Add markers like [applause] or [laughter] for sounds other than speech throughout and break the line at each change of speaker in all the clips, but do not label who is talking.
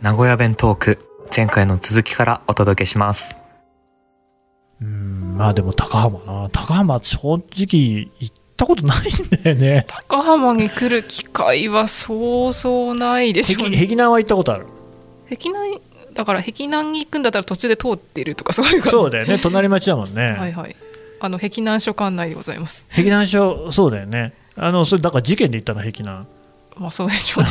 名古屋弁トーク、前回の続きからお届けします。
うん、まあでも高浜な。高浜正直行ったことないんだよ
[laughs]
ね。
高浜に来る機会はそうそうないでしょう
壁
ね。
壁南は行ったことあ
[laughs]
る。
壁南だから壁南に行くんだったら途中で通ってるとかそういう感じ。
そうだよね。隣町だもんね。
はいはい。あの壁南署管内でございます。
壁南署、そうだよね。あの、それだから事件で行ったの、壁南。
まあそう
[laughs]
でしょうね。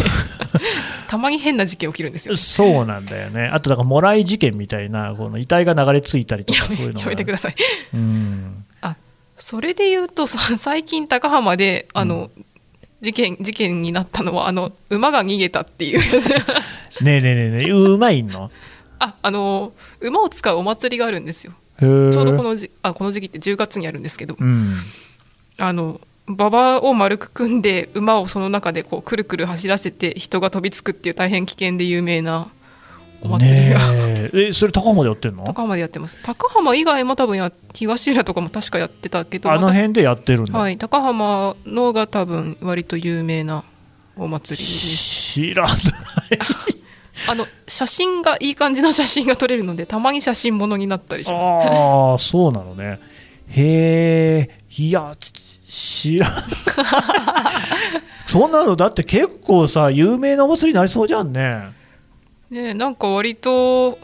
たまに変な事件起きるんですよ。
そうなんだよね。あと、だから、もらい事件みたいな、この遺体が流れ着いたりとか、そういうの
やめてください。
い。うん。
それで言うとさ最近高浜であの、事件事件になったのはあの馬が逃げ
[laughs]
たっていう
ねえねえねえねえ、うまいの
ああの馬を使うお祭りがあるんですよ
ちょ
ちょうどこのじあこの時期って10月にあるんですけど
うん。
あの馬場を丸く組んで馬をその中でこうくるくる走らせて人が飛びつくっていう大変危険で有名なお祭り
ね
が、
え。え、それ高浜でやってんの
高浜でやってます高浜以外も多分や東浦とかも確かやってたけど
あの辺でやってるんだ。
はい、高浜のが多分割と有名なお祭りです
知らない。
あの写真がいい感じの写真が撮れるのでたまに写真ものになったりします
ああ、そうなのね。へえ、いや、知知
[laughs]
らん。そんなの、だって結構さ、有名なお祭りになりそうじゃんね。
ねなんか割と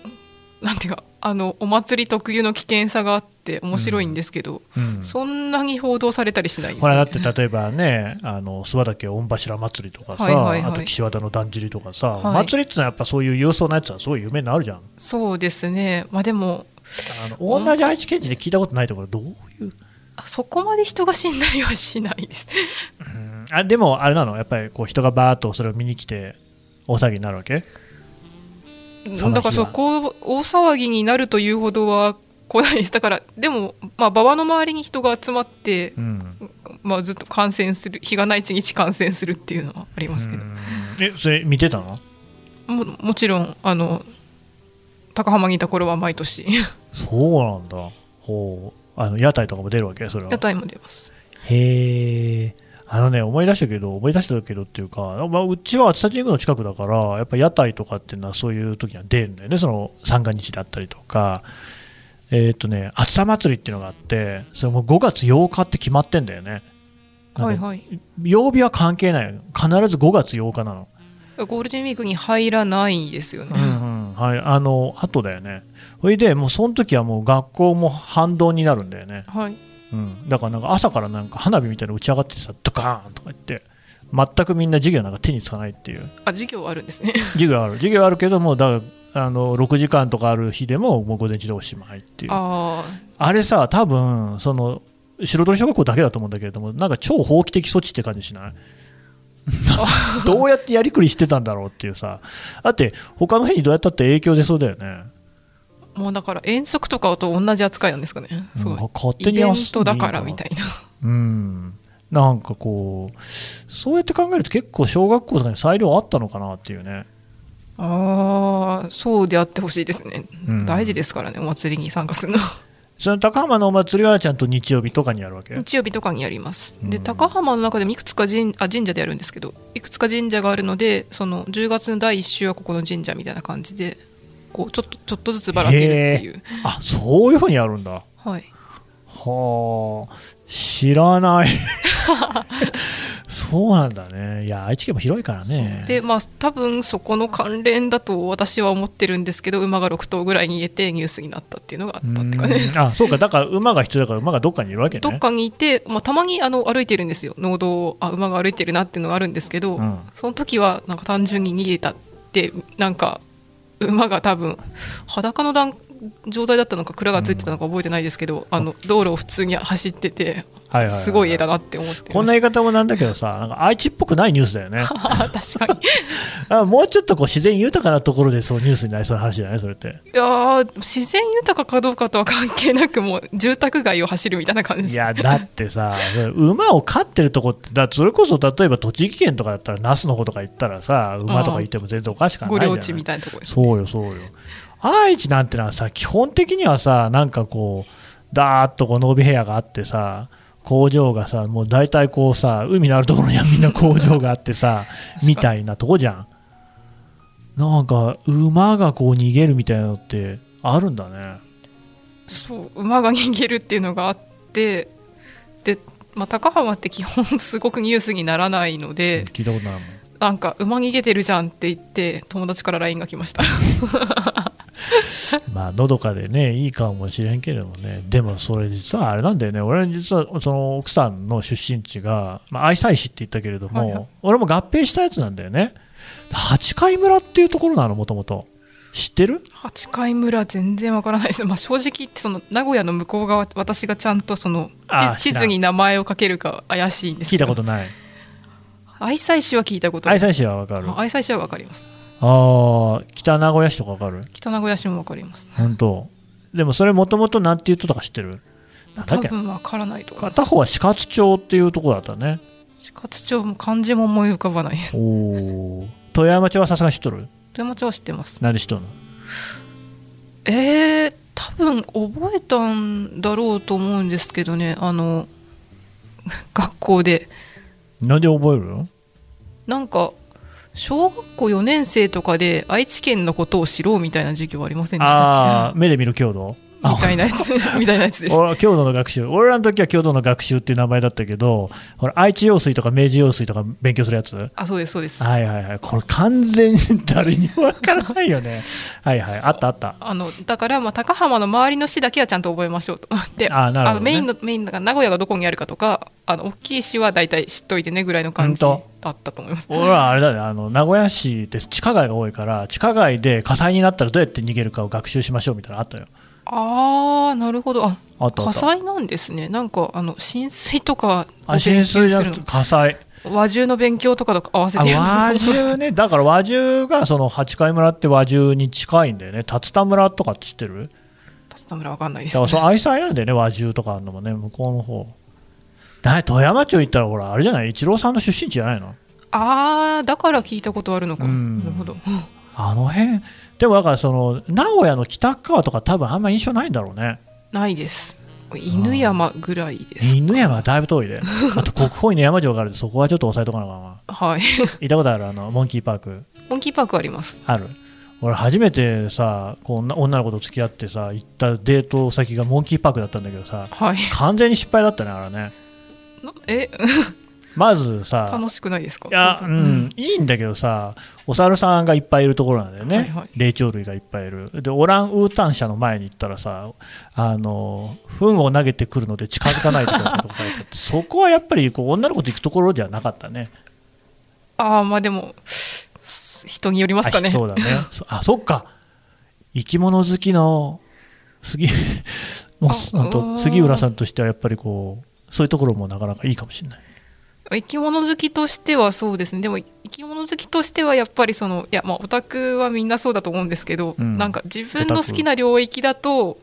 なんていうかあのお祭り特有の危険さがあって面白いんですけど、
うん
そんなに報道されたりしないです
ほ
ね
らだって例えばね、あの諏訪岳御柱祭りとかさ、
はいはいはい
あと岸和田のだんじりとかさ、
はい
祭りってのはやっぱそういう勇壮なやつはすごい有名になるじゃん。
そうですねまあでも
あの同じ愛知県人で聞いたことないところ、どういう、
あそこまで人が死んだりはしないです
うんあでもあれなの、やっぱりこう人がバーっとそれを見に来て、大騒ぎになるわけ [laughs] その日は
だからそこ大騒ぎになるというほどは来ないですだからでも、まあ、馬場の周りに人が集まって
う、ん
まあ、ずっと感染する日がない一日感染するっていうのはありますけど、
えそれ見てたの
ももちろんあの高浜にいた頃は毎年
そうなんだほうあの屋台とかも出るわけそれは
屋台も出ます
へえあのね思い出したけど思い出したけどっていうか、まあ、うちは熱田神宮の近くだからやっぱ屋台とかっていうのはそういう時には出るんだよねその三が日だったりとかえーっ、とね暑さ祭りっていうのがあってそれも5月8日って決まってんだよねなんか
はいはい
曜日は関係ないよ必ず5月8日なの
ゴールデンウィークに入らないんですよね、
うんうんはい、あのあとだよねそれでもうその時はもう学校も反動になるんだよね、
はい
うん、だからなんか朝からなんか花火みたいなの打ち上がっててさドカーンとか言って全くみんな授業なんか手につかないっていう
あ授業あるんですね
授業ある授業あるけどもだからあの6時間とかある日でももう午前中でおしまいっていうあ
あ
れさ多分その白鳥小学校だけだと思うんだけれどもなんか超法規的措置って感じし
[laughs]
ないどうやってやりくりしてたんだろうっていうさだって他の日にどうやったって影響出そうだよね
あもうだから遠足とかと同じ扱いなんですかね、そう
うん勝手に
イベ
や
ン
んす
トだからみたいな
うん、なんかこう、そうやって考えると結構小学校とかに裁量あったのかなっていうね。
ああそうであってほしいですね、
うん
大事ですからねお祭りに参加する [laughs] の
その高浜のお祭りはちゃんと日曜日とかにやるわけ。
日曜日とかにやりますで
うん
高浜の中でもいくつか神あ神社でやるんですけどいくつか神社があるのでその10月の第1週はここの神社みたいな感じでこうちょっとちょっとずつばらけるっていう、
あ、そういうふうにやるんだ。は
はい、
あ、知ら
[laughs]
ない。そうなんだね。いや、愛知県も広いからね。
でまあ多分そこの関連だと私は思ってるんですけど馬が6頭ぐらいに入れてニュースになったっていうのがあったっていうかね
うんあ、そうか。だから馬が必要だから馬がどっかにいるわけね。
どっかにいて、まあ、たまにあの歩いてるんですよ農道をあ馬が歩いてるなっていうのがあるんですけど、
うん
その時はなんか単純に逃げたってなんか馬が多分裸の段状態だったのか蔵がついてたのか覚えてないですけど、あの道路を普通に走ってて、
はいはいはいはい
すごい絵だなって思って
こんな言い方もなんだけどさ、なんか愛知っぽくないニュースだ
[laughs]
よね。
な [laughs] 確かに
あもうちょっとこう自然豊かなところでそうニュースになりそうな話じゃないそれって。
いやー自然豊かかどうかとは関係なくもう住宅街を走るみたいな感じで
い
す
や、だってさ、それ馬を飼ってるとこって、だってそれこそ例えば栃木県とかだったら、那須の方とか行ったらさ、馬とか行っても全然おかしくはな
ご
いじゃな
領
い
地みたいなところです、
そうよ、そうよ。愛知なんてのはさ、基本的にはさ、なんかこう、だーっとこの帯部屋があってさ、工場がさ、もう大体こうさ、海のあるところにはみんな工場があってさ
かに
みたいなとこじゃん。なんか馬がこう逃げるみたいなのってあるんだね
そう馬が逃げるっていうのがあってで、まあ、高浜って基本すごくニュースにならないので
聞いたことないもん
なんか馬逃げてるじゃんって言って友達から LINE が来ました
[laughs] まあのどかでねいいかもしれんけれどもねでもそれ実はあれなんだよね俺実はその奥さんの出身地が、まあ、愛西市って言ったけれども、
はいはい
俺も合併したやつなんだよね八海村っていうところなのもともと知ってる
八海村全然わからないです、まあ、正直言ってその名古屋の向こう側私がちゃんとその
あ
地
知らん
地図に名前をかけるか怪しいんです
聞い
けど
たことない
愛西市は聞いたことあ
愛
る
西市はわかる
あ
あ
愛西市はわかります
あー北名古屋市とかわかる
北名古屋市もわかります
本当でもそれもともとなんて言うととか知ってるなんだ
多
っけ
分わからないと思う
片方は死活町っていうところだったね
四活町も漢字も思い浮かばない [laughs] です
おお富山町はさすがに知っとる
富山町は知ってます
何しとるの
えー、多分覚えたんだろうと思うんですけどねあの [laughs] 学校で
なんで覚えるの
なんか小学校4年生とかで愛知県のことを知ろうみたいな授業ありませんでした
あ
っ
あ目で見る郷土
けみたいなやつ
[laughs]
みたいなやつです
お郷土の学習俺らの時は郷土の学習っていう名前だったけどほら愛知用水とか明治用水とか勉強するやつは
あそうですそうです
いはいはいこれ完全に誰にもわからないよね [laughs] はいはいあったあった
あのだからまあ高浜の周りの市だけはちゃんと覚えましょうと思って
あーなるほどね
あのメインのメインだから名古屋がどこにあるかとかあの大きい市は大体知っといてねぐらいの感じ
ほ
だ
んと
ったと思います
俺らあれだねあの名古屋市って地下街が多いから地下街で火災になったらどうやって逃げるかを学習しましょうみたいなのあったよ
ああなるほどあ
あったあ
火
った
災なんですねなんかあの浸水とかを
あ浸水じゃな
勉強
く
す
て火災
るの和獣の勉強とかと合わせ
あ
てやる
和
のそうそうそ
牛
う
ねだから和牛がその八海村って和牛に近いんだよね竜田村とかって知ってる
立田村わかんない
だ
です、
から
ね、
その愛妻なんだよね和牛とかあるのもね向こうの方だ富山町行ったらほらあれじゃないイチローさんの出身地じゃないの
ああだから聞いたことあるのか
うん
なるほど
あの辺でもだからその名古屋の北川とか多分あんま印象ないんだろうね
ないです犬山ぐらいです
犬山はだいぶ遠
[laughs]
いであと国宝院の山城があるんでそこはちょっと押さえとかなあかんわ
はい [laughs]
行ったことあるあのモンキーパーク
モンキーパークあります
ある俺初めてさこう女女の子と付き合ってさ行ったデート先がモンキーパークだったんだけどさ
はい
完全に失敗だったねあれね
なえ
まずさ
楽しくないですか
いや、うん、いいんだけどさ、お猿さんがいっぱいいるところなんだよね、
はいはい
霊長類がいっぱいいる、でオランウータン社の前に行ったらさ、あの糞を投げてくるので近づかないでくださいとか書いてあって
[laughs]
そこはやっぱりこう女の子と行くところではなかったね、
ああまあでも人によりますかね
あそうだ
[laughs]
ね、そあそっか、生き物好きの杉もう
あ
ほんと
うーん
杉浦さんとしてはやっぱりこう、そういうところもなかなかいいかもしれない。
生き物好きとしてはそうですねでも生き物好きとしてはやっぱりそのいやまあオタクはみんなそうだと思うんですけど、
うん
なんか自分の好きな領域だと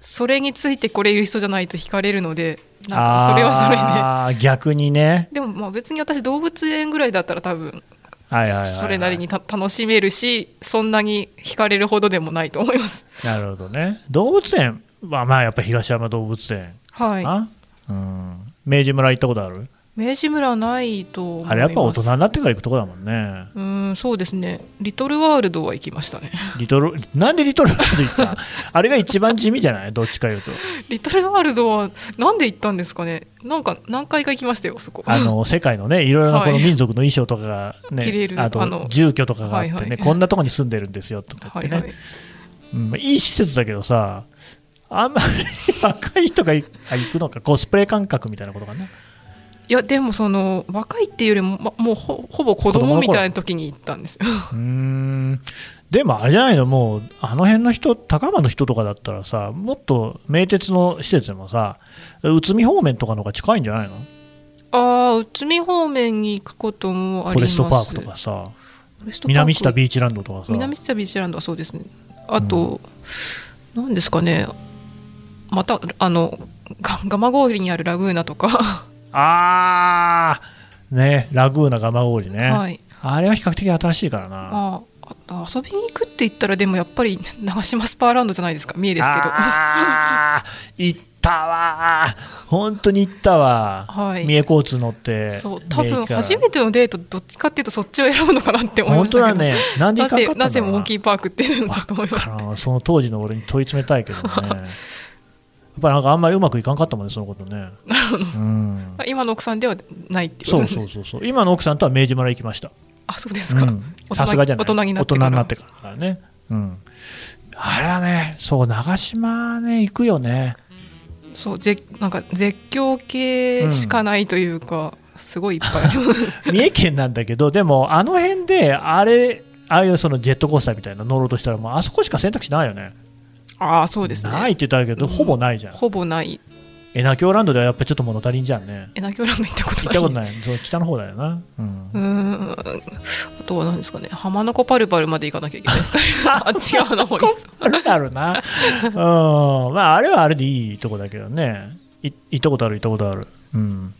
それについてこれいる人じゃないと惹かれるのでなんかそれはそれで。
あー逆にね、
でもまあ別に私動物園ぐらいだったら多分
はいはいはいはい
それなりにた楽しめるしそんなに惹かれるほどでもないと思い
[laughs]
ます。
なるほどね。動物園はまあやっぱ東山動物園
は
か
い
な、、うん。明治村行ったことある
明治村はないと思います
あれやっぱ大人になってから行くとこだもんね。
うんそうですねリトルワールドは行きましたね。
リトル、なんでリトルワールド行った
[laughs]
あれが一番地味じゃないどっちか言うと。
リトルワールドはなんで行ったんですかねなんか何回か行きましたよそこ
あの、世界のね、いろいろなこの
はい
民族の衣装とかがね、
着れる
あ
あ
と
の
住居とかがあってね、
はいはい
こんなとこに住んでるんですよとか言
は
って
い
ね。
はいい
うん、いい施設だけどさ、あんまり [laughs] 若い人が行あ行くのか、コスプレ感覚みたいなことかな。
いやでもその若いっていうよりも、ま、もうほほぼ子
子供の
供
頃
みたいな時に行ったんですよ [laughs]
うーんでもあれじゃないの、もうあの辺の人、高浜の人とかだったらさ、もっと名鉄の施設でもさ、宇都宮方面とかの方が近いんじゃないの
ああ宇都宮方面に行くことも
フォ
あ
レ
ります
ストパークとかさ、
フォレストパーク
南下ビーチランドとかさ、
南下ビーチランドはそうですねあと、なんですかねまたあのガ蒲郡にあるラグーナとか
あー、ね、ラグーナ蒲郡ね、
[laughs] はい
あれは比較的新しいからな。
あああ遊びに行くって言ったらでもやっぱり長島スパーランドじゃないですか三重ですけど
あー行ったわー本当に行ったわ、
[laughs] はい
三重交通乗って
そう多分初
て
めてのデートどっちかっていうとそっちを選ぶのかなって思いま
本
し
当
たけ
だ
ど
ねなんで行
な
かな
ぜ
かったんだ
なぜモンキーパークっていうのをちょっと思いました
あのその当時の俺に問い詰めたいけどね
[laughs]
やっぱなんかあんまりうまくいかんかったもんねそのこと
[laughs]
ねうん
まあ今の奥さんではないっていうこ
そ
と
う
です
そ
ね
うそうそう今の奥さんとは明治村行きました
あそうですか、
うん
大人
さすがじゃない
大人になってから
大人からね、うん、あれはねそう長島ね行くよね
そうぜなんか絶叫系しかないというか、すごいいっぱいあります
三重県なんだけどでもあの辺であれああいうそのジェットコースターみたいなの乗ろうとしたらもうあそこしか選択肢ないよね
[laughs] ああそうですね
ないって言ったけど、
うん
ほぼないじゃん
ほぼない
えなきょうランドではやっぱりちょっと物足りんじゃんね
えなきょうランド行ったことない
行ったことないそう北の方だよな、うん
[laughs] うーんあとは何ですかね浜名湖パルパルまで行かなきゃいけない
[laughs]
ですかねあっち側の方に
あるだろうな。うん。まあ、あれはあれでいいとこだけどね。い行ったことある、行ったことある。うん。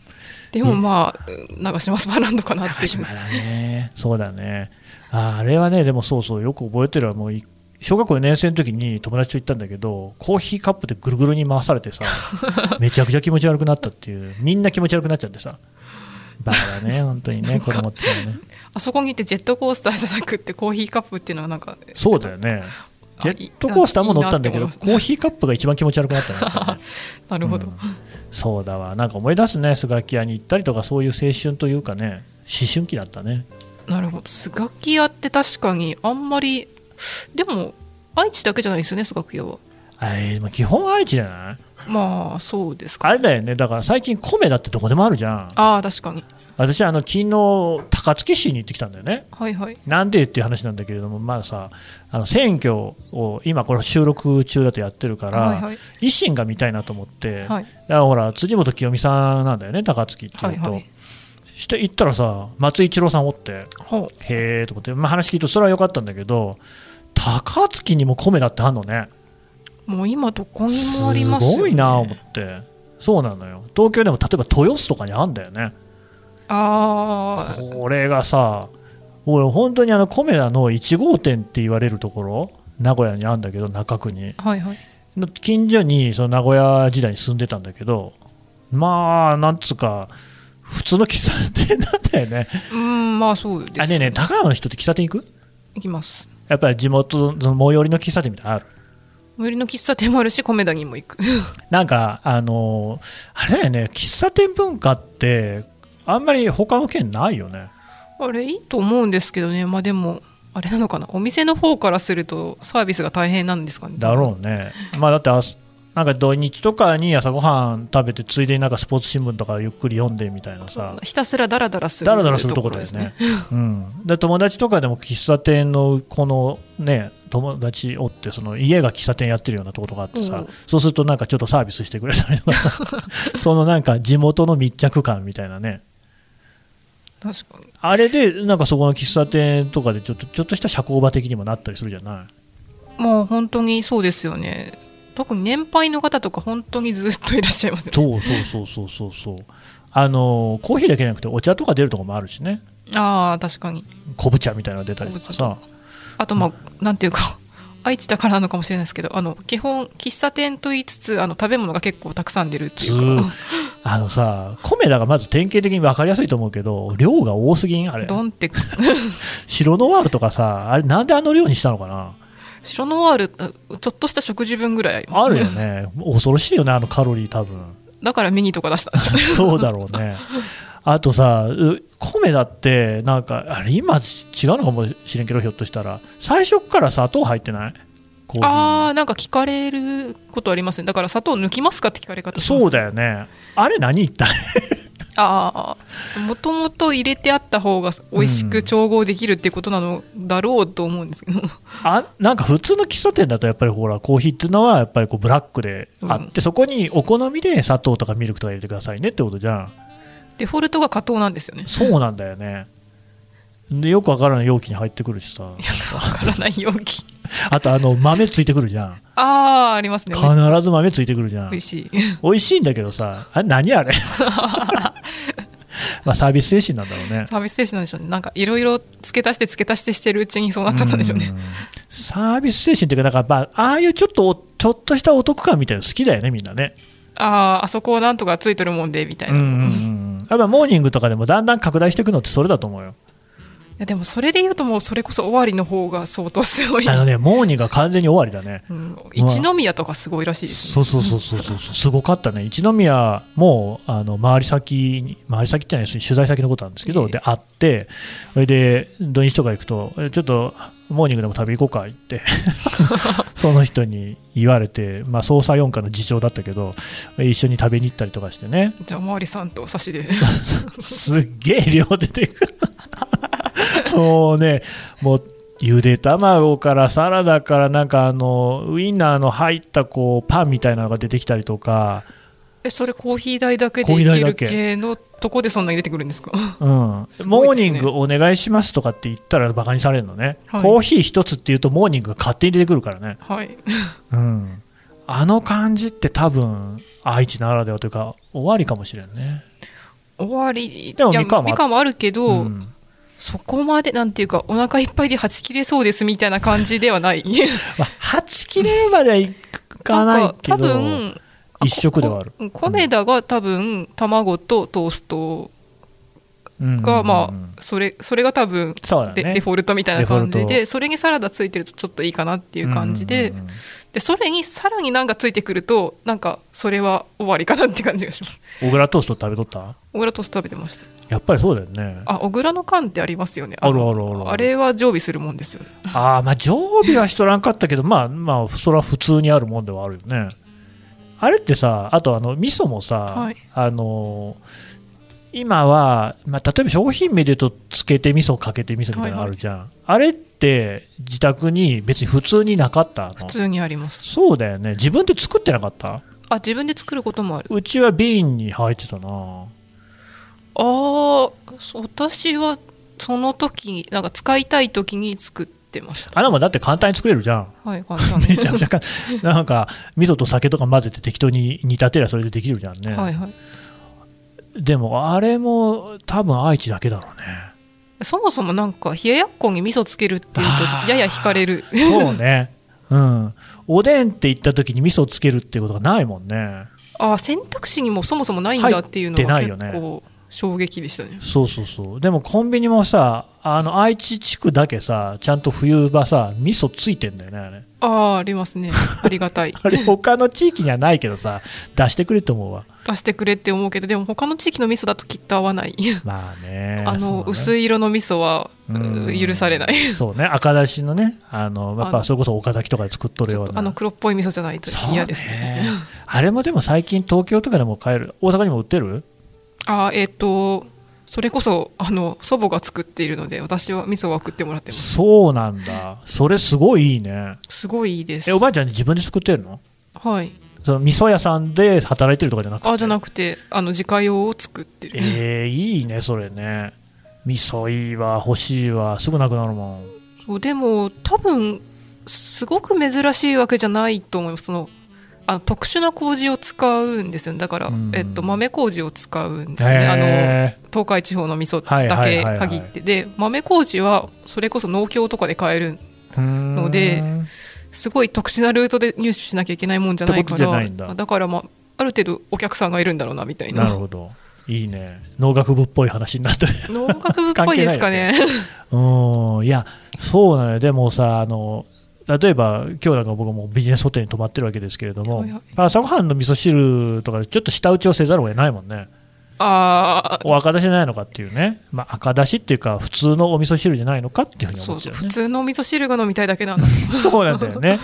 でもまあうん長島スパランドかなっていう
だね。そうだね。ああれはね、でもそうそう、よく覚えてるわ。もうい小学校4年生の時に友達と行ったんだけど、コーヒーカップでぐるぐるに回されて
[laughs]
さ、めちゃくちゃ気持ち悪くなったっていう、みんな気持ち悪くなっちゃってさ。バカだ
[laughs]
ね、本当にね、子供ってのはね。
あそこに行ってジェットコースターじゃなくってコーヒーカップっていうのはなんか
そうだよね。
あ
ジェットコースターも乗ったんだけど、
いいなって思います
コーヒーカップが一番気持ち悪くなったなってね。
なるほど、
うんそうだわなんか思い出すねスガキ屋に行ったりとかそういう青春というかね思春期だったね
なるほどスガキ屋って確かにあんまりでも愛知だけじゃないですよねスガキ屋は
あれでも基本愛知じゃない
まあそうですか
あれだよねだから最近米だってどこでもあるじゃん
ああ確かに
私あの昨日高槻市に行ってきたんだよね
はいはい
なんでっていう話なんだけれどもまあさあの選挙を今これ収録中だとやってるから、
はいはい
維新が見たいなと思って、
はい
だからほら辻元清美さんなんだよね高槻っていうと、
はいはい
して行ったらさ松井一郎さんおって
ほう
へえと思って、まあ、話聞いてそれは良かったんだけど高槻にも米だってあんのね
もう今どこに
す
もありますよ、ね、
ごいな思ってそうなのよ東京でも例えば豊洲とかにあんだよね
ああ
これがさ俺本当にあの米田の1号店って言われるところ名古屋にあんだけど中区に
はいはい
の近所にその名古屋時代に住んでたんだけどまあなんつうか普通の喫茶店なんだよね
うんまあそうです
あねえねえ高山の人って喫茶店行く
行きます
やっぱり地元の最寄りの喫茶店みたいなのある
最寄りの喫茶店もあるし米田にも行く
なんか、あのあれだよね、喫茶店文化って、あんまり他の県ないよね。
あれいいと思うんですけどねまあでもあれなのかなお店の方からするとサービスが大変なんですかね
だろうね。まあ、だってあす、なんか土日とかに朝ごはん食べて、ついでになんかスポーツ新聞とかゆっくり読んでみたいなさ、
ひたすらダラダラする
だらだらするとこだよね。うん、で友達とかでも喫茶店のこのね、友達おってその家が喫茶店やってるようなとことがあってさ、
うん
そうするとなんかちょっとサービスしてくれたりとか [laughs] さそのなんか地元の密着感みたいなね
確かに
あれでなんかそこの喫茶店とかでちょっとちょっとした社交場的にもなったりするじゃない
もう本当にそうですよね特に年配の方とか本当にずっといらっしゃいますね
そうそうそうそうそうそうあのコーヒーだけじゃなくてお茶とか出るとこもあるしね
ああ確かに
昆布茶みたいなの出たりとか
昆
さ
あとまあ、なんていうか愛知だからなのかもしれないですけどあの基本喫茶店と言いつつあの食べ物が結構たくさん出るって
ず
いう
ー
か
あのさ米田がまず典型的に分かりやすいと思うけど量が多すぎんあれ
ドンって [laughs]
白ノワールとかさあれなんであの量にしたのかな
白ノワールあちょっとした食事分ぐらいあります
あるよ [laughs] ね恐ろしいよねあのカロリー多分
だからミニとか出したんでしょう [laughs]
そ
ね
うだろうね。あとさ、う米だって、なんか、あれ、今、違うのかもしれんけど、ひょっとしたら、最初っから砂糖入ってないコーヒー
ああなんか聞かれることありますねだから砂糖抜きますかって聞かれ方します
そうだよね。あれ何言った
ああもともと入れてあった方が美味しく調合できるっていうことなのだろうと思うんですけど、
あなんか普通の喫茶店だと、やっぱりほら、コーヒーっていうのは、やっぱりこうブラックであって、そこにお好みで砂糖とかミルクとか入れてくださいねってことじゃん。
デフォルトが加糖なんですよね
そうなんだよね。で、よくわからない容器に入ってくるしさ、
わからない容器
あと、あの、豆ついてくるじゃん。
[laughs] ああありますね
必ず豆ついてくるじゃん
美。味しい
美味しいんだけどさあれ何
[laughs]
あれまあサービス精神なんだろうね
サービス精神なんでしょうねなんかいろいろ付け足して付け足してしてるうちにそうなっちゃったんでしょうね
んサービス精神っていうかなんか、まあ、ああいうちょっとおちょっとしたお得感みたいなの好きだよねみんなね
あああそこはなんとかついてるもんでみたい
うん
な、
う
い
んうん、やっぱモーニングとかでもだんだん拡大していくのってそれだと思うよ
やでもそれで言うともうそれこそ終わりの方が相当すごい、
あのねモーニングが完全に終わりだね
うん、一宮とかすごいらしいですね
そうそうそうそうそうそうすごかったね一宮もあの回り先に回り先っていうのは取材先のことなんですけど、
ええ
で会ってそれで土日とか行くとえちょっとモーニングでも旅行こうか言って
[laughs]
その人に言われて、まあ、捜査四課の次長だったけど一緒に食べに行ったりとかしてね
じゃあおまわりさんとお差
[laughs]
しで
すっげえ量出てく
[laughs]
るもうねもうゆで卵からサラダからなんかあのウインナーの入ったこうパンみたいなのが出てきたりとか
えそれコーヒー代だけ
コ
で
ーヒ
い
ー代
け
だ
る
け
系のとこでそんなに出てくるんですか [laughs]
うん、
す
モー
ごいで
ニ
すね
ングお願いしますとかって言ったらバカにされるのね、
はい
コーヒー一つって言うとモーニングが勝手に出てくるからね、
はい
うん、あの感じって多分愛知ならではというか終わりかもしれんね、
終わり
でも
いや
みかんもあっ
みかんもあるけど、
うん、
そこまでなんていうかお腹いっぱいではち切れそうですみたいな感じで
[laughs]
はない
まあ8切れまではいかないけ
多
ど
分
一色ではある、
こコメダが多分卵とトースト
うん
が、ま
うん
あそれそれが多分
そうだ
デ,、
ね
デフォルトみたいな感
デ
じ
フォル
でそれにサラダついてるとちょっといいかなっていう感じで,、
うんうんうん
でそれにさらになんかついてくるとなんかそれは終わりかなって感じがし [laughs] ます
小倉トースト食べとった
小倉トースト食べてました
やっぱりそうだよね
あ小倉の缶ってありますよね
ある
の
あるある
あれは常備するもんですよね
ああまあ常備はしとらんかったけどまあまあそれは普通にあるもんではあるよねあれってさあとあの味噌もさ、
はい
あのー今は、まあ、例えば商品名で言うとつけて味噌かけて味噌みたいなのあるじゃん、あれって自宅に別に普通になかったの
普通にあります
そうだよね自分で作ってなかった
あ自分で作ることもある
うちは瓶に入ってたな
あーそう私はその時になんか使いたい時に作ってま [laughs] した
あれもだって簡単に作れるじゃ
[laughs]
ん
はい簡単
め
に
ちゃくちゃかなんか味噌と酒とか混ぜて適当に煮立てりゃそれでできるじゃんね、
はいはい
でもあれも多分愛知だけだろう
そもそもなんか冷ややっこに味噌つけるっていう
あー
とやや惹かれ [laughs] る
ねそうねうんおでんって言った時に味噌をつけるってことがないもんね
あー選択肢にもそもそもないんだっていうのは
入って
結
ないよね
構衝撃でしたね
そうそうそうでもコンビニもさあの愛知地区だけさちゃんと冬場さ味噌ついてんだよねあれ
あああります
[laughs]
ねありがたい
あれ他の地域にはないけどさ出してくれと思うわ
出してくれって思うけどでも他の地域の味噌だときっと合わない
まあね
あ
そう
の
ね
薄い色の味噌は
うん
許されない
そうね赤だしのねあのやっ
あ
ぱ
の
それこそ岡崎とかで作っとる
ち
よ
ょ
う
っと
な
あの黒っぽい味噌じゃないと
そう
嫌ですね
ねあれもでも最近東京とかでも買える大阪にも売ってる
あーえっ、とそれこそあの祖母が作っているので私は味噌は送ってもらってます
そうなんだそれすごいいいね
すごいいいです
えおばあちゃん自分で作ってるの
はい
その味噌屋さんで働いてるとかじゃなくて
あじゃな
く
くてあの自家用を作ってる
えー、いいねそれね味噌いいわ欲しいわすぐなくなるもん
そうでも多分すごく珍しいわけじゃないと思いますそのあの特殊な麹を使うんですよねだから、
うん
えっと、豆麹を使うんですね、あの
へえ
東海地方の味噌だ
はいはい
け
はいはい
限ってで豆麹はそれこそ農協とかで買えるのですごい特殊なルートで入手しなきゃいけないもんじゃないか
ってことじゃな
ら
いんだ
から、まあ、ある程度お客さんがいるんだろうなみたいな
なるほどいいね農学部っぽい話になってる
[laughs] 農学部っぽいですかね
うんいやそうなのよでもさあの例えば今日なんか僕もビジネスホテルに泊まってるわけですけれども、
はいはい
朝ごはんの味噌汁とかでちょっと舌打ちをせざるを得ないもんね
ああ
[laughs] お赤だしじゃないのかっていうね、まあ、赤だしっていうか普通のお味噌汁じゃないのかっていうふうに
そ
思っ
う
ち
そ
ゃ
う
う,、
普
ね、
通のお味噌汁が飲みたいだけなんだ
そうなんだよね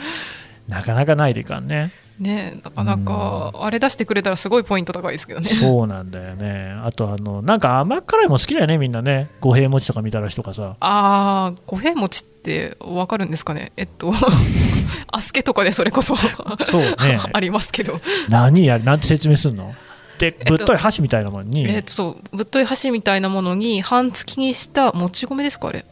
なかなかないでいかんね
ねえなかなかあれ出してくれたらすごいポイント高いですけどね
そうなんだよねあとあのなんか甘辛いも好きだよねみんなね五平餅とかみたらしとかさ
[laughs] ああ五平餅ってわかるんですかねえっ
[laughs]
とアスケとかでそれこそ
そうね
[laughs] ありますけど、
何やなんて説明すんので
っと
ぶっとい箸みたいなもんに、
えっとそうぶっとい箸みたいなものに半月にしたもち米ですかあれ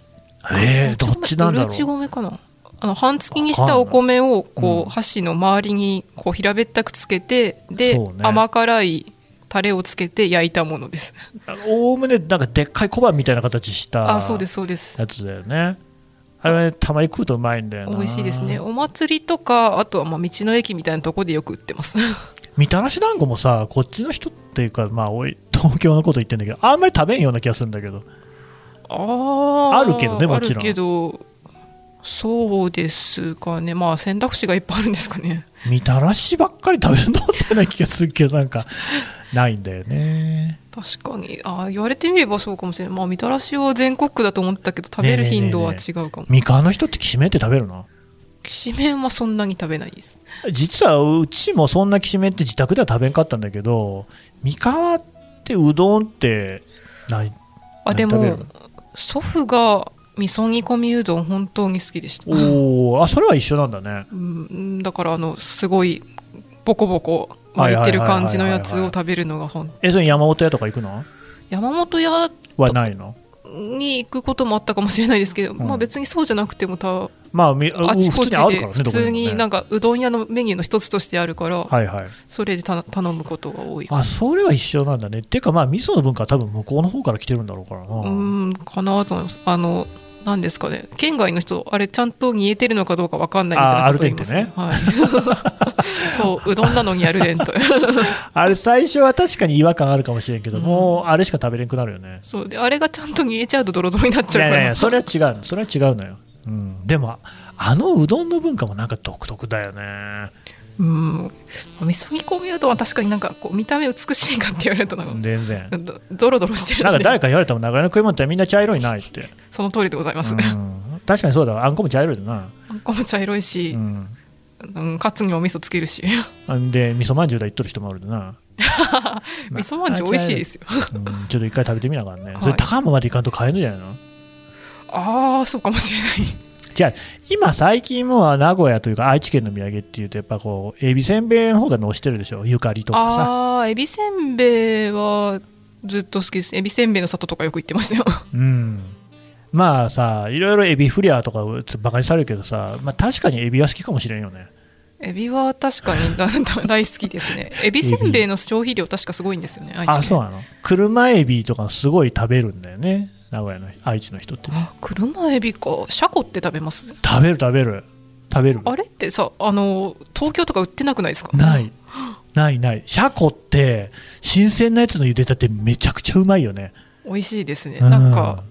えー、
もち米
どっちなんだろ
うるち
う
米かなあの半月にしたお米を
わかんないうん
こう箸の周りにこう平べったくつけてで、
そうね
甘辛いタレをつけて焼いたものです
おおむねなんかでっかい小判みたいな形した
ああそうですそうです
やつだよねあれはねたまに食うとうまいんだよな
美味しいですねお祭りとかあとはまあ道の駅みたいなとこでよく売ってます
みたらし団子もさこっちの人っていうかまあおい [laughs] 東京のこと言ってんだけどあんまり食べんような気がするんだけど
[laughs] あ
あるけどねもちろん
あるけどそうですかねまあ選択肢がいっぱいあるんですかね
みたらしばっかり食べるのってない気がするけどなんかないんだよね
確かにああ言われてみればそうかもしれないまあみたらしは全国区だと思ったけど食べる頻度は
ねえね
違うかも
みかんの人ってきしめんって食べるの
きしめんはそんなに食べないです
実はうちもそんなきしめんって自宅では食べんかったんだけど三河ってうどんってない
あで
何食べる
も祖父が味噌煮込みうどん本当に好きでした、
おーあそれは一緒なんだね
うん、だからあのすごいボコボコ巻いてる感じのやつを食べるのが本
えそれ山本屋とか行くの
山本屋
はないの
に行くこともあったかもしれないですけど、
ん
まあ別にそうじゃなくてもた
まあみあ
あちこ
普通
ち
にある
で
からね
普通にな
どこ
んかうどん屋のメニューの一つとしてあるから、
でもねはいはい
それでた頼むことが多い
あそれは一緒なんだねっていうかまあ味噌の文化は多分向こうの方から来てるんだろうからな
うーんかなと思いますあのなんですかね県外の人あれちゃんと煮えてるのかどうかわかんないみたいなこと言いますねはい、 [laughs] そううどんなのにアルデン
[laughs]
ト
あれ最初は確かに違和感あるかもしれんけど、
うん
もうあれしか食べれなくなるよね
そうであれがちゃんと煮えちゃうとドロドロになっ
い
ちゃ
や
う
い
から
やいやそれは違うのそれは違うのよ、うん、でもあのうどんの文化もなんか独特だよね
うん味噌煮込みうどんは確かになんかこう見た目美しいかって言われるとなんか、
全然
どドロドロしてる
なん
ん
か
で
誰か言われたもん長屋の食い物ってみんな茶色いないって、
その通りでございます、
うん確かにそうだわあんこも茶色いだな、
あんこも茶色いし
う、ん、
うん、カツにも味噌つけるし
あんで味噌まんじゅうだ言っとる人もおるでな
味噌まんじゅう美味しいですよ
うんちょっと一回食べてみなあかんね、
[laughs] はい
それ高浜まで行かんと買えるんじゃないの
ああそうかもしれない
じゃあ今最近もは名古屋というか愛知県の土産っていうとやっぱこうエビせんべいの方が押してるでしょゆかりとかさ
ああーエビせんべいはずっと好きですエビせんべいの里とかよく行ってまし
[laughs]
たよ
うんまあさいろいろエビフリアとかバカにされるけどさ、まあ、確かにエビは好きかもしれんよね
エビは確かにだだ大好きです
[laughs]
ねエビせんべいの消費量確かすごいんですよね愛知
あそう
う
なの車エビとかすごい食べるんだよね名古屋の愛知の人って
車エビかシャコって食べます
食べる食べる食べる
あれってさあの東京とか売ってなくないですか
ないないないシャコって新鮮なやつの茹でたてめちゃくちゃうまいよね
美味しいですね
うん
なんか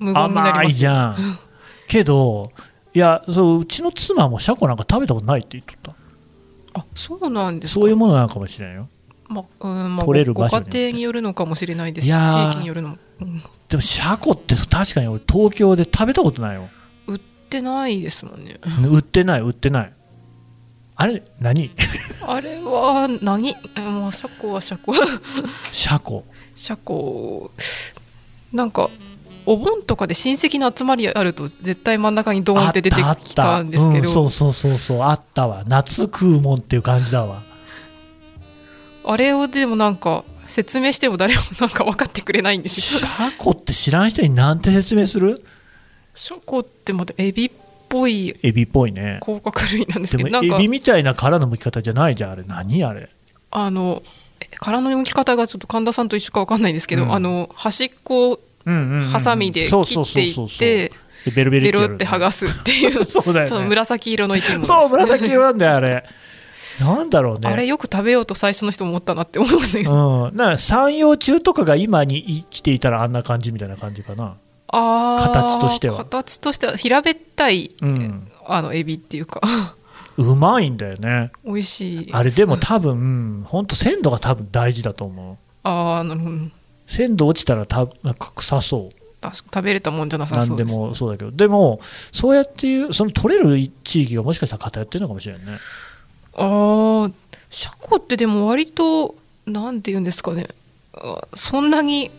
無言になり
甘
ま
い
す
じゃん [laughs] けどいやそううちの妻もシャコなんか食べたことないって言っとった
あそうなんですか
そういうものなのかもしれんよ
まあうんまあ、
取れる場所によ
ご
って
家庭によるのかもしれないですし
い
地
やー
域によるのも、うん
でもシャコって確かに俺東京で食べたことない
[laughs]
よ
売ってないですもんね [laughs]
売ってない売ってないあれ何 [laughs]
あれは何えまあ車庫は車庫
シャコ
車庫なんかお盆とかで親戚の集まりあると絶対真ん中にドーンって出て
あ
きたんですけ
うん、そ
ど
うそうそうそうあったわ夏食うもんっていう感じ
[laughs]
だわ
あれをでもなんか説明しても誰もなんか分かってくれないんです
シ
よ
ャコって知らん人になんて説明する
車庫ってまたエビっぽい
エビっぽいね
甲殻類なんです
で
けどな
も
んか
エビみたいな殻の剥き方じゃないじゃんあれ何あれ
あのえ殻の剥き方がちょっと神田さんと一緒か分かんないんですけど、
うん
あの端っこを
うんうんうんうん
ハサミで
そう
切
そう
って
そう
い
そう
っ
そう
て
でベルベル
ベロって剥が
す
すってい
[laughs]
う
そうだよね
その紫色の生き物です
そう
[laughs]
紫色なんだよあれなんだろうね
あれよく食べようと最初の人思ったなって思いますね、
うん、な山陽中とかが今に生きていたらあんな感じみたいな感じかな、
あー
形としては
形としては平べったい、
うん、
あのエビっていうか
うまいんだよね
美味しい
あれでも多分本当鮮度が多分大事だと思う
あーなるほど
鮮度落ちたらたなんか臭そう
た食べれたもんじゃなさ
な
そ
ん
う
で
です
もそうだけどでもそうやっていうその取れる地域がもしかしたら偏ってるのかもしれないね
ああシャコってでも割となんて言うんですかねあそんなに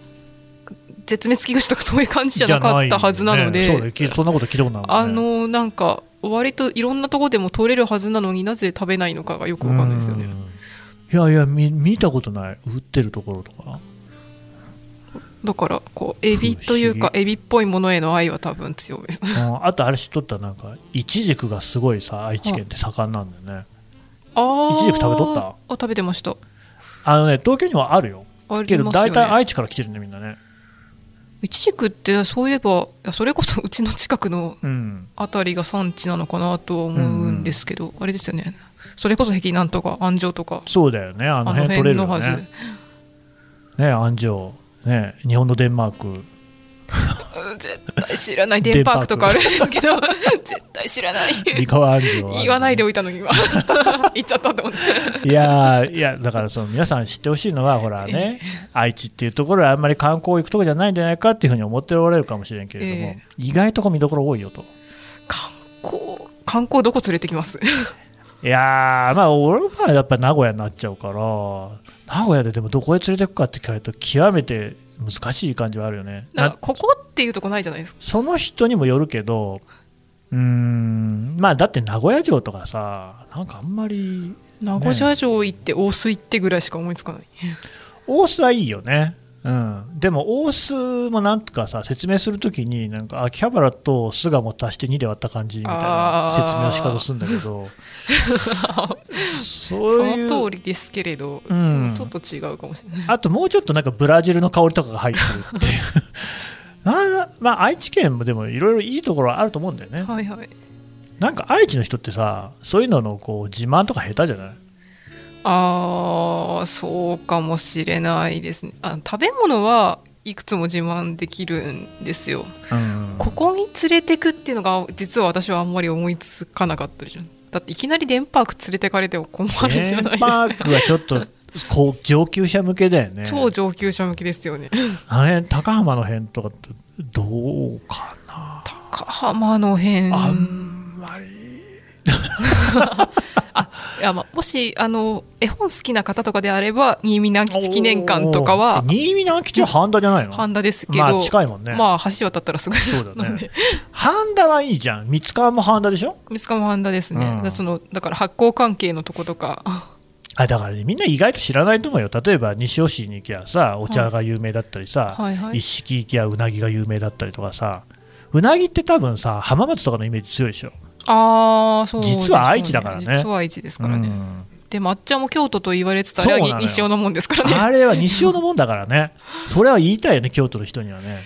絶滅危惧種とかそういう感じじゃなかったはずなので
じゃいよねそうだよきそんなこと聞いたことないもんね
あのなんか割といろんなとこでも取れるはずなのになぜ食べないのかがよくわかんないですよね
うんいやいや見見たことない売ってるところとか
だからこうエビというか
不思
エビっぽいものへの愛は多分強いです
うんあ [laughs] とあれ知っとったなんかイチジクがすごいさ愛知県って盛んなんだよね、
あー
一時期食べとった
あ食べてました
あのね東京にはあるよ
あ
け
り
ど
ますよ
大
ね
体愛知から来てるねみんなね
いちじくってそういえばいやそれこそうちの近くの
うん
辺りが産地なのかなとは思うんですけど、あれですよねそれこそ壁南とか安城とか
そうだよねあ
あ
の
の
辺取れ
辺
る
の
よ
はず、
ねね安城ね日本のデンマー
[laughs]
ク
うん絶対知らないデンパークとかあるんです
[laughs]
けど絶対知らない
三河安城
言わないで
い
おいた
[laughs]
のに今言っちゃったと思って
いやーいやだからその皆さん知ってほしいのはほら
[laughs]
ね愛知っていうところはあんまり観光行くとこじゃないんじゃないかっていうふうに思っておられるかもしれんけれども、
え
意外とこう見どころ多いよと
観光観光どこ連れてきます
いやーまあ俺の場合はやっぱり名古屋になっちゃうから名古屋ででもどこへ連れてくかって聞かれると極めて難しい感じはあるよね
なん
な
かここっていうとこないじゃないですか
その人にもよるけどうーんまあだって名古屋城とかさなんかあんまり
名古屋城行って大須行ってぐらいしか思いつかない、
大須はいいよねうん、でも大須もなんとかさ説明するときになんか秋葉原と巣鴨足して2で割った感じみたいな
あー
説明の仕方するんだけ
[laughs]
ど
そ
そういう
の通りですけれど、
うん
ちょっと違うかもしれない
あともうちょっとなんかブラジルの香りとかが入ってるっていう [laughs] あーまあ、愛知県もでもいろいろいいところはあると思うんだよね、
はいはい
なんか愛知の人ってさそういうののこう自慢とか下手じゃない
あーそうかもしれないですねあ食べ物はいくつも自慢できるんですよ
うん
ここに連れてくっていうのが実は私はあんまり思いつかなかったりしますだっていきなりデンパーク連れてかれても困るじゃないです
パ
か
ークはちょっとこう上級者向けだよね
超上級者向けですよね
あの辺高浜の辺とかってどうかな
高浜の辺
あんまり
いやま [laughs] あもしあの絵本好きな方とかであれば新見南吉記念館とか
お
は
ー新見南吉は半田じゃないの
半田ですけど、
まあ近いもんね、
まあ橋渡ったらすぐ
そうだね
[laughs] なんで
半田はいいじゃん三川も半田でしょ
三塚も半田ですね、
うん
だからそのだから発行関係のとことか
あだからねみんな意外と知らないと思うよ例えば西尾市に行きゃさお茶が有名だったりさ、
はいはい
一式行きゃうなぎが有名だったりとかさうなぎって多分さ浜松とかのイメージ強いでしょ
ああそうですね
実は愛知だからね
実は愛知ですからね、 [laughs]
うん
で抹茶も京都と言われてた
そう
ら
なのよ
西尾のもんですからね
あれは西尾のもんだからねそれは言いたいよね京都の人にはね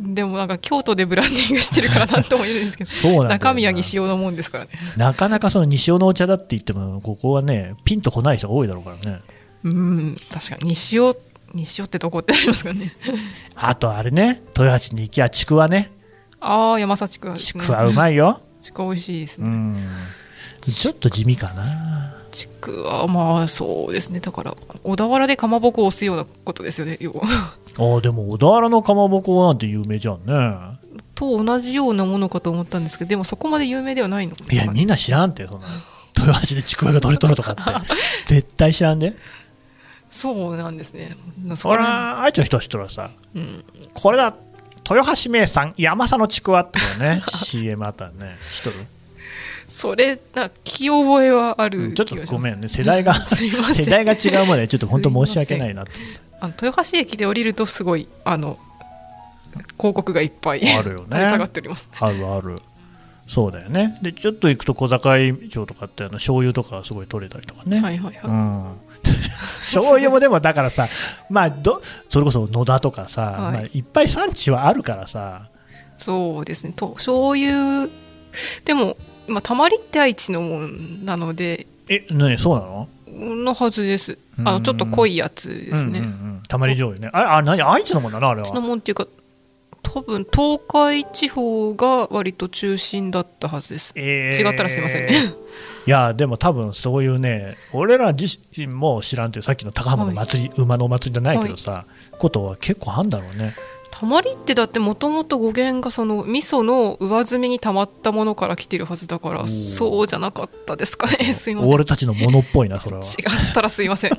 でもなんか京都でブランディングしてるからなんとも言えないんですけど
そうなんだよな
中身は西尾のもんですからね
なかなかその西尾のお茶だって言ってもここはねピンとこない人が多いだろうからね
うん確かに西尾西尾ってどこってありますかね
あとあれね豊橋に行きゃちくわね
ああ山幸区
ちくわうまいよ、
ちくわ美味しいです
う
ね。
ん、ちょっと地味かな
ちくわまあそうですね。だから小田原でかまぼこを押すようなことですよね。要は
あーでも小田原のかまぼこなんて有名じゃんね
と同じようなものかと思ったんですけど、でもそこまで有名ではないのかない
や、みんな知らんて、そんな。豊橋でちくわがどれとると [laughs] かって。絶対知らんで。
そうなんですね。そ
ほ
こら
ら、愛知の人は人はさ、
うん
これだ、豊橋名産、山佐のちくわってこと [laughs] ね、CM あったね。知っとる
それな気覚えはあ
う
る
ん
気
ちょ
が
っ
します。
とごめんね、世代が、
[laughs] すいません
世代が違うまで、ちょっと本当申し訳ないなって。
あの豊橋駅で降りるとすごいあの広告がいっぱい
あるよね
垂れ下がっております。
あるある。そうだよね。で、ちょっと行くと小堺町とかって、あの醤油とかすごい取れたりとかね。
はいはいはい。 [laughs]
うん、醤油もでもだからさ、まあ、どそれこそ野田とかさ、
はい
まあ、いっぱい産地はあるからさ
そうですねと醤油でも、まあ、たまりって愛知のもんなので
え何そうなの
のはずですあ
う
の
ん
ちょっと濃いやつですね、
うんうんうんたまり醤油ねあれあ何愛知のもんだなあれ
その
は
もんっていうか多分東海地方が割と中心だったはずです
えー
違ったらすいませんね [laughs]
いやでも多分そういうね俺ら自身も知らんっていうさっきの高浜の祭り、馬のお祭りじゃないけどさ、ことは結構あんだろうね
たまりってだってもともと語源がその味噌の上積みにたまったものから来てるはずだから
おー
そうじゃなかったですかねすいません違
俺たちのものっぽいなそれは
ったらすいま
[laughs]
せん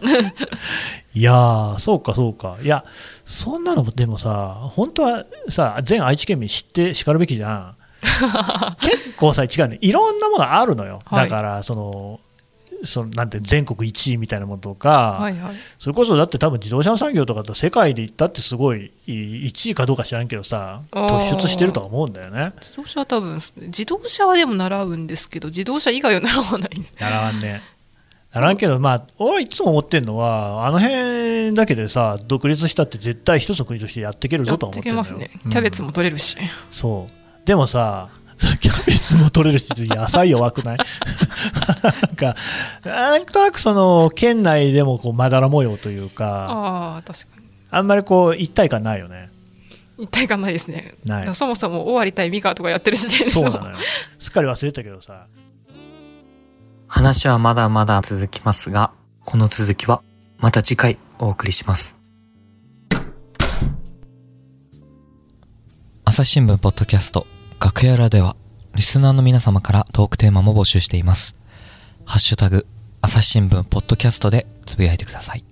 いやーそうかそうかいやそんなのでもさ本当はさ全愛知県民知ってしかるべきじ
[laughs]
ゃん結構さ違うねいろんなものあるのよ、
はい
だからそのそのなんて全国1位みたいなものとか、
はいはい
それこそだって多分自動車の産業とかって世界で言ったってすごい1位かどうか知らんけどさ
あー
突出してるとは思うんだよね
自動車は多分自動車はでも習うんですけど自動車以外は習わないんです
習わんね習わんけどまあ俺はいつも思ってんのはあの辺だけでさ独立したって絶対一つの国としてやっていける
や
ぞ
っ
とは思
て
って
け
んの
ま
よ
すねキャベツ
も、
も取れるし、
うんそうでもさキャベツも取れるし野菜弱くないなんかなんとなくその県内でもこうまだら模様というか
ああ確かに
あんまりこう一体感ないよね
一体感ないですね
ない
そもそも終わりたいミカとかやってる時点で
そうなのよすっかり忘れてたけどさ
話はまだまだ続きますが、この続きはまた次回お送りします。朝日新聞ポッドキャスト楽屋裏ではリスナーの皆様からトークテーマも募集しています。ハッシュタグ朝日新聞ポッドキャストでつぶやいてください。